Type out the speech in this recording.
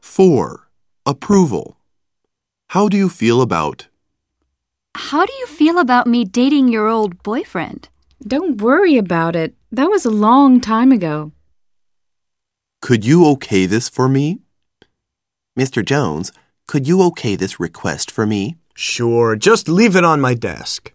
4. Approval. How do you feel about? How do you feel about me dating your old boyfriend? Don't worry about it. That was a long time ago. Could you okay this for me? Mr. Jones, could you okay this request for me? Sure, just leave it on my desk.